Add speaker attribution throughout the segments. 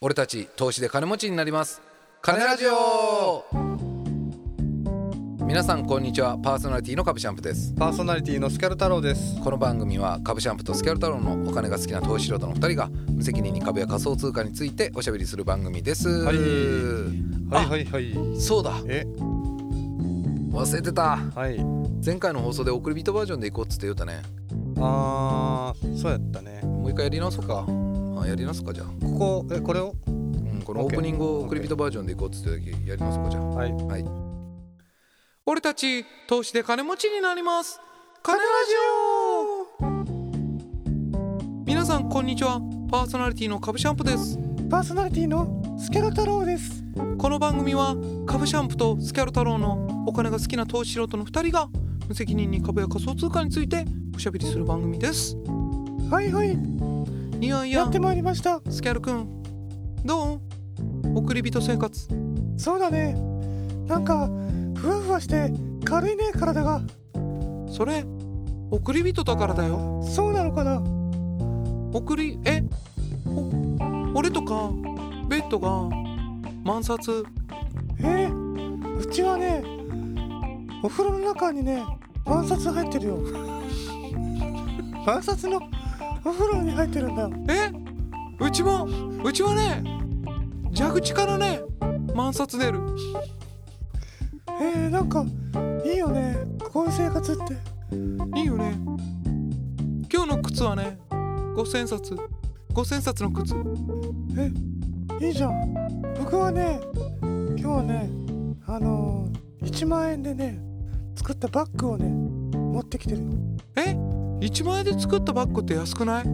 Speaker 1: 俺たち投資で金持ちになります金ラジオ皆さんこんにちはパーソナリティのカブシャンプです
Speaker 2: パーソナリティのスキャル太郎です。
Speaker 1: この番組は株シャンプとスキャル太郎のお金が好きな投資ロードの2人が無責任に株や仮想通貨についておしゃべりする番組です、
Speaker 2: はいはいはいはい。
Speaker 1: そうだ
Speaker 2: え、
Speaker 1: 忘れてた
Speaker 2: はい。
Speaker 1: 前回の放送で送り人バージョンで行こうっつって言うたね
Speaker 2: あー、そうやったね。
Speaker 1: もう一回やり直そうかあやり直すかじゃあ、
Speaker 2: ここえこれを
Speaker 1: うん、このオープニングを送り人バージョンで行こうっつって言う時やり直そうかじゃあ
Speaker 2: はい。
Speaker 1: はい。俺たち投資で金持ちになります。金ラジオ。皆さんこんにちは。パーソナリティの株シャンプです。
Speaker 2: パーソナリティのスキャル太郎です。
Speaker 1: この番組は株シャンプとスキャル太郎のお金が好きな投資素人の二人が無責任に株や仮想通貨についておしゃべりする番組です。
Speaker 2: はいはい。
Speaker 1: いやいや、
Speaker 2: まいりました。
Speaker 1: スキャルくん、どう？送り人生活。
Speaker 2: そうだね。なんかふわふわして軽いね体が。
Speaker 1: それ送り人だからだよ。
Speaker 2: そうなのかな。
Speaker 1: 送りえお俺とかベッドが満冊
Speaker 2: えー、うちはね、お風呂の中にね、万札入ってる よ。万札のお風呂に入ってるんだよ。
Speaker 1: えうちもうちはね蛇口からね満冊出る
Speaker 2: えー、なんかいいよねこういう生活って
Speaker 1: いいよね今日の靴はね5,000冊5,000冊の靴
Speaker 2: いいじゃん僕はね今日はねあのー、1万円でね作ったバッグをね持ってきてるよ
Speaker 1: え1万円で作ったバッグって安くない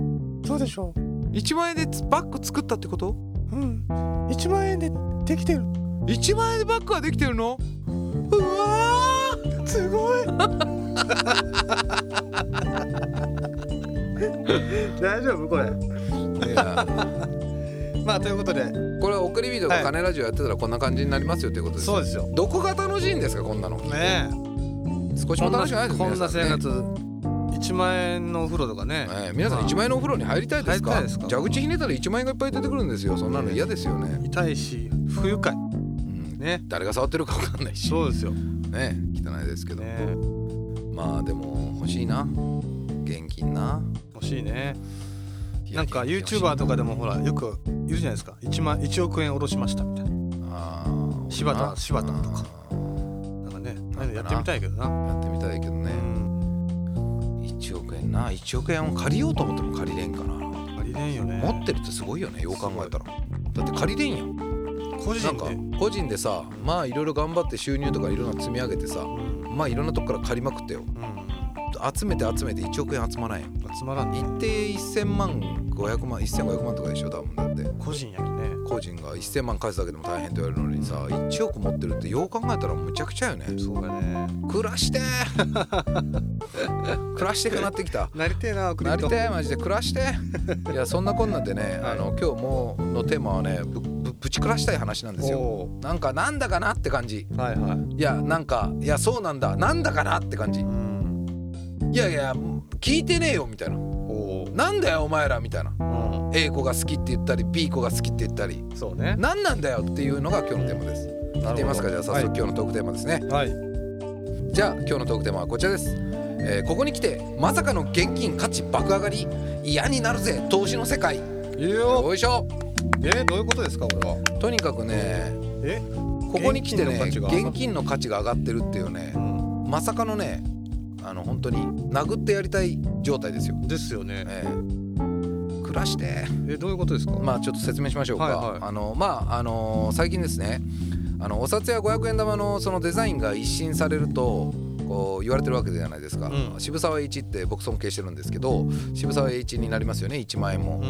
Speaker 2: どうでしょ
Speaker 1: ?1 万円でつバッグ作ったってこと
Speaker 2: ううん1万円でできてる
Speaker 1: ?1 万円でバッグができてるのうわー
Speaker 2: すごい大丈夫これまあということで
Speaker 1: これは送り人が金ラジオやってたらこんな感じになりますよっていうことですね
Speaker 2: うですよ
Speaker 1: どこが楽しいんですかこんなの
Speaker 2: ね
Speaker 1: 少しも楽しくないです皆さね
Speaker 2: 1万円のお風呂とかね
Speaker 1: ええ皆さん1万円のお風呂に入りたいですか
Speaker 2: 入りたいですか
Speaker 1: 蛇口ひねったら1万円がいっぱい出てくるんですよそんなの嫌ですよね、
Speaker 2: 痛いし不愉快
Speaker 1: うん
Speaker 2: ね
Speaker 1: 誰が触ってるか分かんないしね
Speaker 2: うですよ、
Speaker 1: 汚いですけど、
Speaker 2: ね、
Speaker 1: まあでも欲しいな現金な
Speaker 2: 欲しいね
Speaker 1: いや
Speaker 2: なんか
Speaker 1: 現金
Speaker 2: YouTuber とかでもほらよくいるじゃないですか1万1億円下ろしましたみたいな
Speaker 1: あー
Speaker 2: 柴田柴田とか
Speaker 1: あー
Speaker 2: なんかねああいうのやってみたいけどな
Speaker 1: やってみたいけどね
Speaker 2: うん
Speaker 1: 1億円な1億円を借りようと思っても借りれんかな
Speaker 2: ありれんよね
Speaker 1: 持ってるってすごいよねよう考えたらだって借りれんやん
Speaker 2: 個人
Speaker 1: なん
Speaker 2: で
Speaker 1: か個人でさまあいろいろ頑張って収入とかいろんなの積み上げてさ
Speaker 2: うん、
Speaker 1: まあいろんなとこから借りまくってよ
Speaker 2: うん、
Speaker 1: 集めて集めて1億円集まらんやん
Speaker 2: 集まらんね
Speaker 1: 一定1000万500万1500万とかでしょ多分だって
Speaker 2: 個人やきね
Speaker 1: 個人が1000万返すだけでも大変って言われるのにさ1億持ってるってよう考えたらむちゃくちゃよね
Speaker 2: そうだね
Speaker 1: 暮らして ー暮らしてくなってきた
Speaker 2: なりてえな送
Speaker 1: なり
Speaker 2: え
Speaker 1: てえマジで暮らして えいやそんなこんなんでね、あの今日もうのテーマはねぶぶぶち暮らしたい話なんですよ
Speaker 2: お
Speaker 1: なんかなんだかなって感じ
Speaker 2: ーはいはい、
Speaker 1: いやなんかいやそうなんだなんだかなって感じ
Speaker 2: うん、
Speaker 1: いやいやもう聞いてねえよみたいな
Speaker 2: お
Speaker 1: なんだよお前らみたいな
Speaker 2: お、
Speaker 1: A 子が好きって言ったり B 子が好きって言ったり
Speaker 2: うん、そうね
Speaker 1: 何なんだよっていうのが今日のテーマですや
Speaker 2: な
Speaker 1: ってみますかじゃあ早速
Speaker 2: は
Speaker 1: 今日のトークテーマですね、
Speaker 2: い、はい、
Speaker 1: じゃあ今日のトークテーマはこちらです、えーここに来てまさかの現金価値爆上がり嫌になるぜ投資の世界
Speaker 2: いいよ
Speaker 1: よいしょ
Speaker 2: えー、どういうことですかこれは
Speaker 1: とにかくね
Speaker 2: え
Speaker 1: ここに来てね
Speaker 2: 現金の価値が上が
Speaker 1: 現金の価値が上が
Speaker 2: っ
Speaker 1: ってるっていうね
Speaker 2: うん
Speaker 1: まさかのねあの本当に殴ってやりたい状態ですよ、
Speaker 2: ですよね
Speaker 1: えー暮らして
Speaker 2: えどういうことですか
Speaker 1: まあちょっと説明しましょうか、
Speaker 2: はいはい
Speaker 1: あのまああの最近ですねあのお札や500円玉のそのデザインが一新されるとこう言われてるわけじゃないですか、
Speaker 2: うん
Speaker 1: 渋沢栄一って僕尊敬してるんですけど渋沢栄一になりますよね1万円も、
Speaker 2: う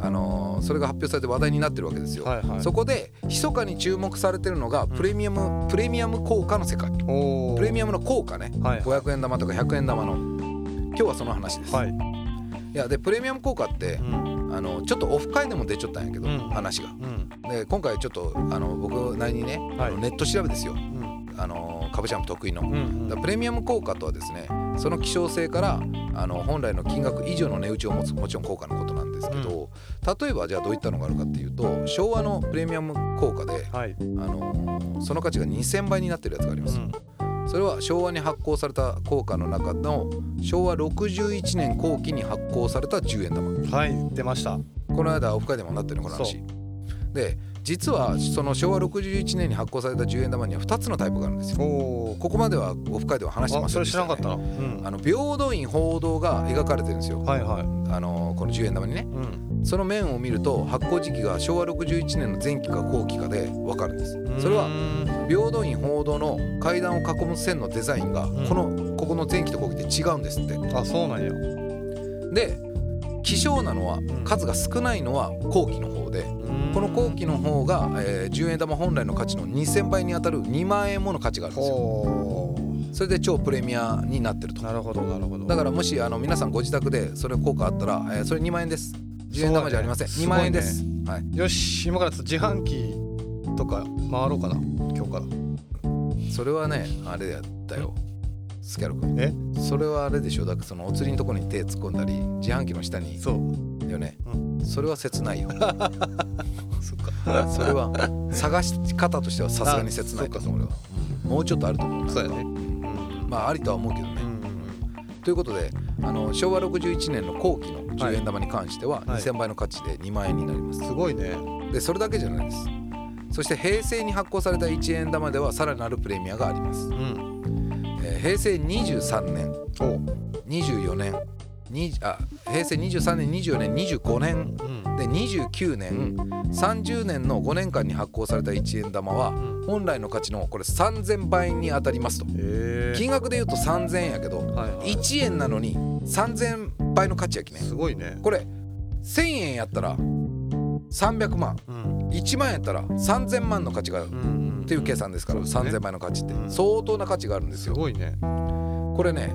Speaker 2: ん
Speaker 1: あのそれが発表されて話題になってるわけですよ、
Speaker 2: はいはい
Speaker 1: そこで密かに注目されてるのがプレミアム、プレミアム効果の世界
Speaker 2: おー
Speaker 1: プレミアムの効果ね
Speaker 2: はい
Speaker 1: 500円玉とか100円玉の今日はその話です、
Speaker 2: はい
Speaker 1: い、やでプレミアム効果って
Speaker 2: うん
Speaker 1: あのちょっとオフ会でも出ちゃったんやけど、
Speaker 2: うん
Speaker 1: 話が
Speaker 2: うん
Speaker 1: で今回ちょっとあの僕なりにね、
Speaker 2: はい
Speaker 1: あのネット調べですよ
Speaker 2: うん
Speaker 1: あの株ジャンプ得意の。
Speaker 2: うんうん
Speaker 1: だからプレミアム効果とはですねその希少性からあの本来の金額以上の値打ちを持つもちろん効果のことなんですけど、例えばじゃあどういったのがあるかっていうと昭和のプレミアム効果で、
Speaker 2: はい、
Speaker 1: あのその価値が2,000倍になってるやつがあります、それは昭和に発行された効果の中の昭和61年後期に発行された10円玉
Speaker 2: はい出ました
Speaker 1: この間オフ会でもなってるこの
Speaker 2: そ
Speaker 1: 話で実はその昭和61年に発行された10円玉には2つのタイプがあるんですよ
Speaker 2: お
Speaker 1: ここまではオフ会では話してま
Speaker 2: あ
Speaker 1: せ
Speaker 2: そ
Speaker 1: ん
Speaker 2: れ
Speaker 1: でし
Speaker 2: 知
Speaker 1: た
Speaker 2: ら
Speaker 1: よ
Speaker 2: な
Speaker 1: ね
Speaker 2: かったな、うん
Speaker 1: あの平等院報道が描かれてるんですよ
Speaker 2: はいはい、
Speaker 1: あのこの10円玉にね
Speaker 2: うん、
Speaker 1: その面を見ると発行時期が昭和61年の前期か後期かで分かるんですそれ
Speaker 2: う
Speaker 1: は
Speaker 2: ーん
Speaker 1: 平等院報道の階段を囲む線のデザインが
Speaker 2: ん
Speaker 1: このここの前期と後期で違うんですって
Speaker 2: あそうなんやう
Speaker 1: で希少なのは
Speaker 2: ん
Speaker 1: 数が少ないのは後期の方で
Speaker 2: ーん
Speaker 1: この後期の方が、えー10円玉本来の価値の2,000倍に当たる2万円もの価値があるんですよ
Speaker 2: ほ
Speaker 1: それで超プレミアになってると
Speaker 2: うなるほどなるほど
Speaker 1: だからもしあの皆さんご自宅でそれ効果あったら、えーそれ2万円です10円玉じゃありません、
Speaker 2: そうだね
Speaker 1: 2万円ですはい
Speaker 2: よし今からちょっと自販機とか回ろうかな今日から
Speaker 1: それはねあれだったよスキャロ君
Speaker 2: え
Speaker 1: それはあれでしょだからそのお釣りのところに手突っ込んだり自販機の下に
Speaker 2: そう
Speaker 1: よね、
Speaker 2: う
Speaker 1: それは切ないよ
Speaker 2: そっか
Speaker 1: それは探し方としてはさすがに切ない
Speaker 2: あそうか
Speaker 1: と
Speaker 2: そう
Speaker 1: 思う俺はもうちょっとあると思うな
Speaker 2: そうやね
Speaker 1: まあありとは思うけどね、
Speaker 2: うん
Speaker 1: ということであの昭和61年の後期の10円玉に関しては
Speaker 2: はい
Speaker 1: 2,000倍の価値で2万円になります、
Speaker 2: すごいね
Speaker 1: でそれだけじゃないですそして平成に発行された1円玉ではさらなるプレミアがあります、
Speaker 2: うん
Speaker 1: えー平成23年
Speaker 2: お
Speaker 1: 24年にあ平成23年24年25年
Speaker 2: うん
Speaker 1: で29年30年の5年間に発行された1円玉は
Speaker 2: うん
Speaker 1: 本来の価値のこれ3000倍に当たりますと
Speaker 2: え
Speaker 1: 金額で言うと3000円やけど
Speaker 2: はいはい
Speaker 1: 1円なのに3000倍の価値やきね
Speaker 2: すごいね
Speaker 1: これ1000円やったら300万
Speaker 2: うん
Speaker 1: 1万円やったら3000万の価値がある
Speaker 2: うん
Speaker 1: っていう計算ですから、
Speaker 2: そうですね
Speaker 1: 3000倍の価値って
Speaker 2: うん
Speaker 1: 相当な価値があるんです
Speaker 2: す
Speaker 1: よ。
Speaker 2: ごいね
Speaker 1: これね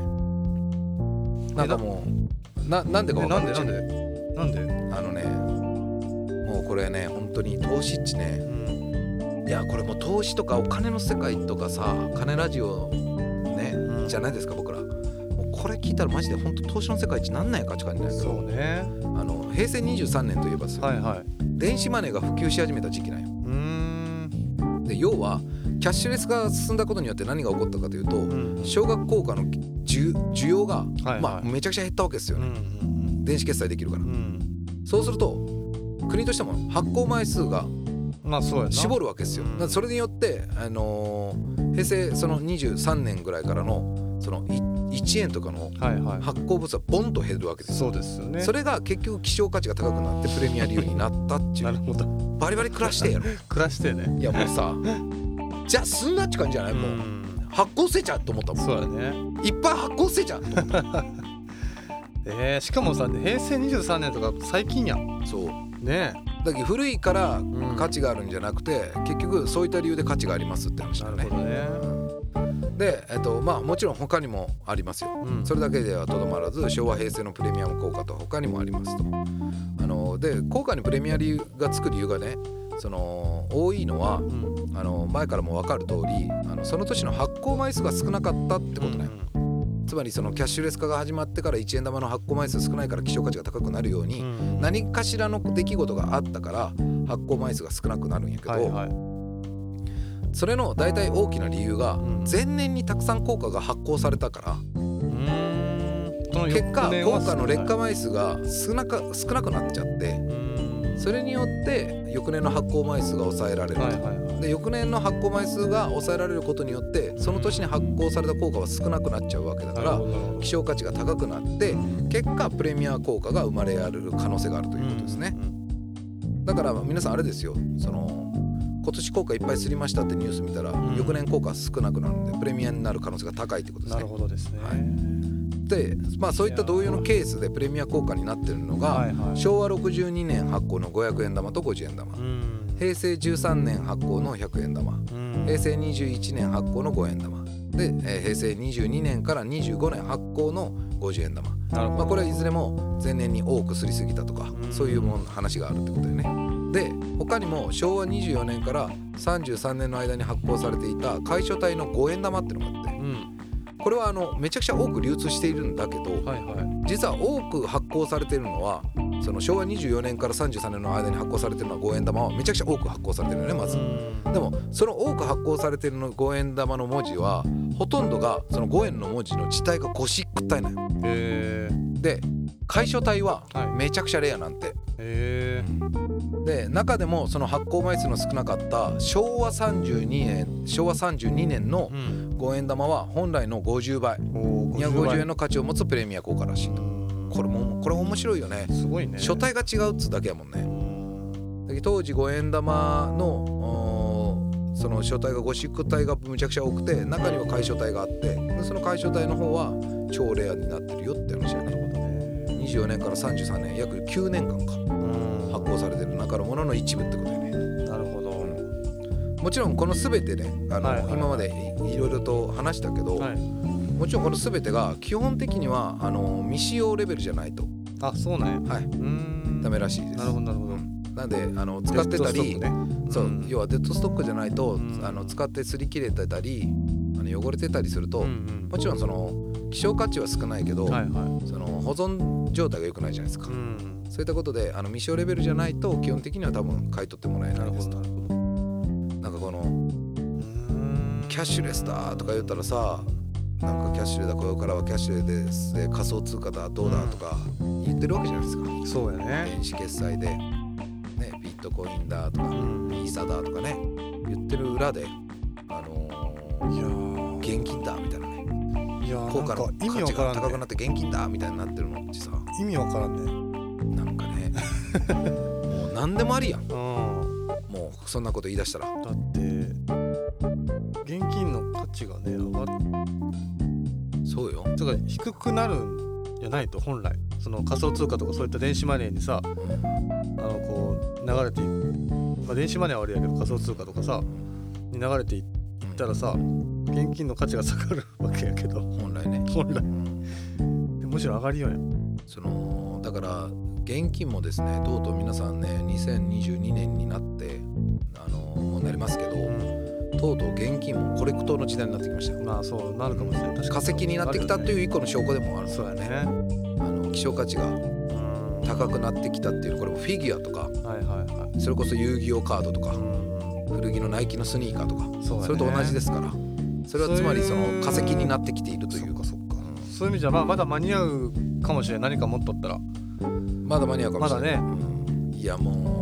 Speaker 1: なんかもうななんでか
Speaker 2: え
Speaker 1: わ
Speaker 2: な
Speaker 1: かん
Speaker 2: ん
Speaker 1: な
Speaker 2: で
Speaker 1: い
Speaker 2: なんでなんで
Speaker 1: あのねもうこれね本当に投資っちね
Speaker 2: うん
Speaker 1: いやこれもう投資とかお金の世界とかさ金ラジオね、
Speaker 2: うん
Speaker 1: じゃないですか僕ら。もうこれ聞いたらマジで本当投資の世界一なんない価値観になる
Speaker 2: そうね
Speaker 1: あの平成23年といえばですよ
Speaker 2: はいはい
Speaker 1: 電子マネーが普及し始めた時期なんよ
Speaker 2: うーん
Speaker 1: で要はキャッシュレスが進んだことによって何が起こったかというと、
Speaker 2: うん
Speaker 1: 小学校下の需需要が、
Speaker 2: はいはい
Speaker 1: まあ、めちゃくちゃ減ったわけですよ
Speaker 2: うん
Speaker 1: ね、電子決済できるから、
Speaker 2: うんうん
Speaker 1: そうすると国としても発行枚数が
Speaker 2: まあそうやな
Speaker 1: 絞
Speaker 2: る
Speaker 1: るわけですよ、
Speaker 2: うん
Speaker 1: だからそれによって、あのー平成その23年ぐらいからのそのい1円とかの
Speaker 2: はいはい
Speaker 1: 発行物はボンと減るわけですよ
Speaker 2: そうですよね
Speaker 1: それが結局希少価値が高くなってプレミア流になったってい
Speaker 2: な
Speaker 1: う
Speaker 2: るほど
Speaker 1: バリバリ暮らしてやろ
Speaker 2: 暮らしてね
Speaker 1: いやもうさじゃあすんなって感じじゃないもう、
Speaker 2: ん
Speaker 1: 発行せちゃうと思ったもん
Speaker 2: そうやね
Speaker 1: いっぱい発行せちゃうと思っ
Speaker 2: えー、しかもさ平成23年とか最近やん
Speaker 1: たそう
Speaker 2: ね
Speaker 1: だけど古いから
Speaker 2: ん
Speaker 1: 価値があるんじゃなくて、結局そういった理由で価値がありますって話だね。
Speaker 2: ね
Speaker 1: で、えっとまあ、もちろん他にもありますよ、
Speaker 2: うん
Speaker 1: それだけではとどまらず昭和平成のプレミアム効果と他にもありますと。あので効果にプレミア理由がつく理由がねその多いのは
Speaker 2: うんっ
Speaker 1: あの前からも分かる通りあのその年の発行枚数が少なかったってことね、つまりそのキャッシュレス化が始まってから1円玉の発行枚数少ないから希少価値が高くなるように、
Speaker 2: ん
Speaker 1: 何かしらの出来事があったから発行枚数が少なくなるんやけど、
Speaker 2: はいはい
Speaker 1: それの大体大きな理由が
Speaker 2: ん
Speaker 1: 前年にたくさん効果が発行されたから
Speaker 2: うーんその
Speaker 1: 結果
Speaker 2: 翌年
Speaker 1: 効
Speaker 2: は
Speaker 1: 果の劣化枚数が少なか少なくなっちゃって
Speaker 2: うん
Speaker 1: それによって翌年の発行枚数が抑えられる
Speaker 2: はいはいはい
Speaker 1: で翌年の発行枚数が抑えられることによってその年に発行された効果は少なくなっちゃうわけだか
Speaker 2: なる
Speaker 1: ら
Speaker 2: ほどなるほど
Speaker 1: 希少価値が高くなって結果プレミア効果が生まれやる可能性があるということですね。
Speaker 2: うん
Speaker 1: だから皆さんあれですよその今年効果いっぱいすりましたってニュース見たら、
Speaker 2: ん
Speaker 1: 翌年効果少なくなるんでプレミアになる可能性が高いってことです
Speaker 2: な
Speaker 1: ね
Speaker 2: る。ほどですね
Speaker 1: はいでまあそういった同様のケースでプレミア効果になってるのが、
Speaker 2: はいはい
Speaker 1: 昭和62年発行の500円玉と50円玉、
Speaker 2: うん
Speaker 1: 平成13年発行の100円玉
Speaker 2: うん
Speaker 1: 平成21年発行の5円玉で、えー平成22年から25年発行の50円玉、
Speaker 2: なるほ
Speaker 1: まあ、
Speaker 2: ど
Speaker 1: これはいずれも前年に多くすりすぎたとか
Speaker 2: うん
Speaker 1: そういうもん話があるってことだよね。で他にも昭和24年から33年の間に発行されていた楷書体の五円玉ってのがあって
Speaker 3: うん
Speaker 1: これはあのめちゃくちゃ多く流通しているんだけど
Speaker 3: はいはい
Speaker 1: 実は多く発行されているのはその昭和24年から33年の間に発行されているのは五円玉はめちゃくちゃ多く発行されてるよねまず。
Speaker 3: うん
Speaker 1: でもその多く発行されてるの五円玉の文字はほとんどがその五円の文字の字体がゴシック体なの。
Speaker 3: へ
Speaker 1: で楷書体は
Speaker 3: はい
Speaker 1: めちゃくちゃレアなんて。
Speaker 3: えへ
Speaker 1: で中でもその発行枚数の少なかった昭和32年昭和32年の
Speaker 3: えうん
Speaker 1: 五円玉は本来の50倍
Speaker 3: おー
Speaker 1: 250円
Speaker 3: の
Speaker 1: の価値を持つプレミア効果らしいと。これもこれ面白いよね。
Speaker 3: すごいね
Speaker 1: 書体が違うっつうだけやもんね。で当時五円玉のおーその書体がゴシック体がむちゃくちゃ多くて中には楷書体があってでその楷書体の方は超レアになってるよって話だね24年から33年約9年間か
Speaker 3: うん
Speaker 1: 発行されてる中のものの一部ってことよね
Speaker 3: なるほど
Speaker 1: もちろんこの全てねあの、
Speaker 3: はいはい
Speaker 1: 今までいいろいろと話したけど、
Speaker 3: はい
Speaker 1: もちろんこの全てが基本的にはあの未使用レベルじゃないと
Speaker 3: あそうなんや
Speaker 1: はいう
Speaker 3: ーん
Speaker 1: ダメらしいです
Speaker 3: なるほどなるほど
Speaker 1: なんであの使ってたり、
Speaker 3: デッドストックね
Speaker 1: そう、
Speaker 3: うん
Speaker 1: 要はデッドストックじゃないと、
Speaker 3: うん
Speaker 1: あの使って擦り切れてたりあの汚れてたりすると、
Speaker 3: うん
Speaker 1: もちろんその希少価値は少ないけど、
Speaker 3: うんはいはい
Speaker 1: その保存状態が良くないじゃないですか、
Speaker 3: うん
Speaker 1: そういったことであの未使用レベルじゃないと基本的には多分買い取ってもらえ
Speaker 3: な
Speaker 1: な
Speaker 3: る
Speaker 1: いで
Speaker 3: ほ
Speaker 1: す
Speaker 3: どな
Speaker 1: と
Speaker 3: るほど
Speaker 1: なんかこの
Speaker 3: うーん
Speaker 1: キャッシュレスだとか言ったらさなんかキャッシュレスだこれからはキャッシュレスですで仮想通貨だどうだとか言ってるわけじゃないですか、
Speaker 3: そうやね
Speaker 1: 電子決済で、ね、ビットコインだとか、
Speaker 3: うん
Speaker 1: イーサだとかね言ってる裏で、あのー
Speaker 3: いやー
Speaker 1: 現金だみたいなね
Speaker 3: いやー
Speaker 1: 効果の
Speaker 2: なんか意味
Speaker 1: 価値
Speaker 2: わ
Speaker 1: が
Speaker 2: からんね
Speaker 1: 高くなって現金だみたいになってるのってさ
Speaker 2: 意味わからんね
Speaker 1: なんか ねもう何でもありやん
Speaker 3: うん
Speaker 1: もうそんなこと言い出したら
Speaker 3: だって
Speaker 2: 現金の価値がね上がっ
Speaker 1: そうよ、
Speaker 2: てか低くなるんじゃないと本来その仮想通貨とかそういった電子マネーにさあのこう流れていく、まあ、電子マネーはあれやけど仮想通貨とかさに流れていっ
Speaker 1: うん
Speaker 2: たらさ現金の価値が下がるわけやけど
Speaker 1: 本来ね、
Speaker 2: 本来
Speaker 1: うん
Speaker 2: むしろ上がりようや
Speaker 1: そのだから現金もですねとうとう皆さんね2022年になってあのもうなりますけど、とうとう現金もコレクトの時代になってきましたよ
Speaker 2: まあそうなるかもしれない確か
Speaker 1: 化石になってきたって
Speaker 2: う
Speaker 1: いう一個の証拠でもある
Speaker 2: そうだね
Speaker 1: あの希少価値が
Speaker 2: うん
Speaker 1: 高くなってきたっていうこれもフィギュアとか
Speaker 2: はいはいはい
Speaker 1: それこそ遊戯王カードとか
Speaker 2: うん
Speaker 1: 古着のナイキのスニーカーとか
Speaker 2: そうだね
Speaker 1: それと同じですからそれはつまりその化石になってきているというか
Speaker 2: そっかそういう意味じゃまあまだ間に合うかもしれない何か持っとったら
Speaker 1: うんまだ間に合うかもしれない
Speaker 2: ま
Speaker 1: うんいやもう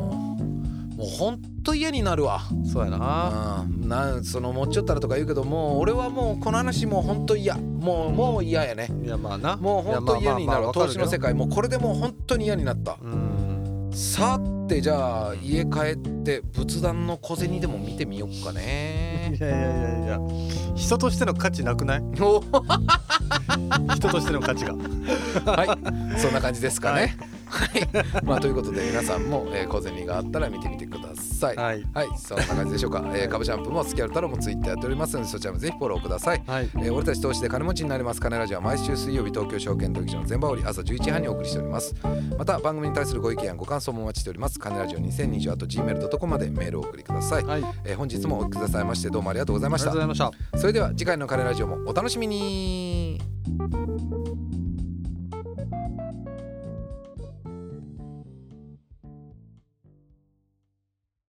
Speaker 1: もうほんと嫌になるわ
Speaker 2: そうやな
Speaker 1: うんなんその持っちゃったらとか言うけどもう俺はもうこの話もうほんと嫌もうもう嫌やね
Speaker 2: いやまあな
Speaker 1: もうほんと嫌になるわ投資の世
Speaker 2: 界
Speaker 1: 界もうこれでもうほんとに嫌になった
Speaker 2: うん
Speaker 1: さてじゃあ家帰って仏壇の小銭でも見てみよっかね
Speaker 2: いやいやいやいや人としての価値なくない
Speaker 1: お
Speaker 2: 人としての価値が
Speaker 1: はい、そんな感じですかね。はい、まあということで皆さんも、えー小銭があったら見てみてください。はい、
Speaker 2: はい
Speaker 1: そんな感じでしょうか。えー、カブシャンプーもスキャル太郎もツイッターやっておりますのでそちらもぜひフォローください。
Speaker 2: はい
Speaker 1: えー俺たち投資で金持ちになります金ラジオは毎週水曜日東京証券取引所の全場折り朝11時半にお送りしておりますまた番組に対するご意見やご感想もお待ちしております金ラジオ2020あと gmail.com までメールをお送りください、
Speaker 2: はいあり
Speaker 1: えー本日もお聞きくださいましてどうもありがとうございま
Speaker 2: が
Speaker 1: し
Speaker 2: と
Speaker 1: た
Speaker 2: うございました
Speaker 1: それでは次回の金ラジオもお楽しみに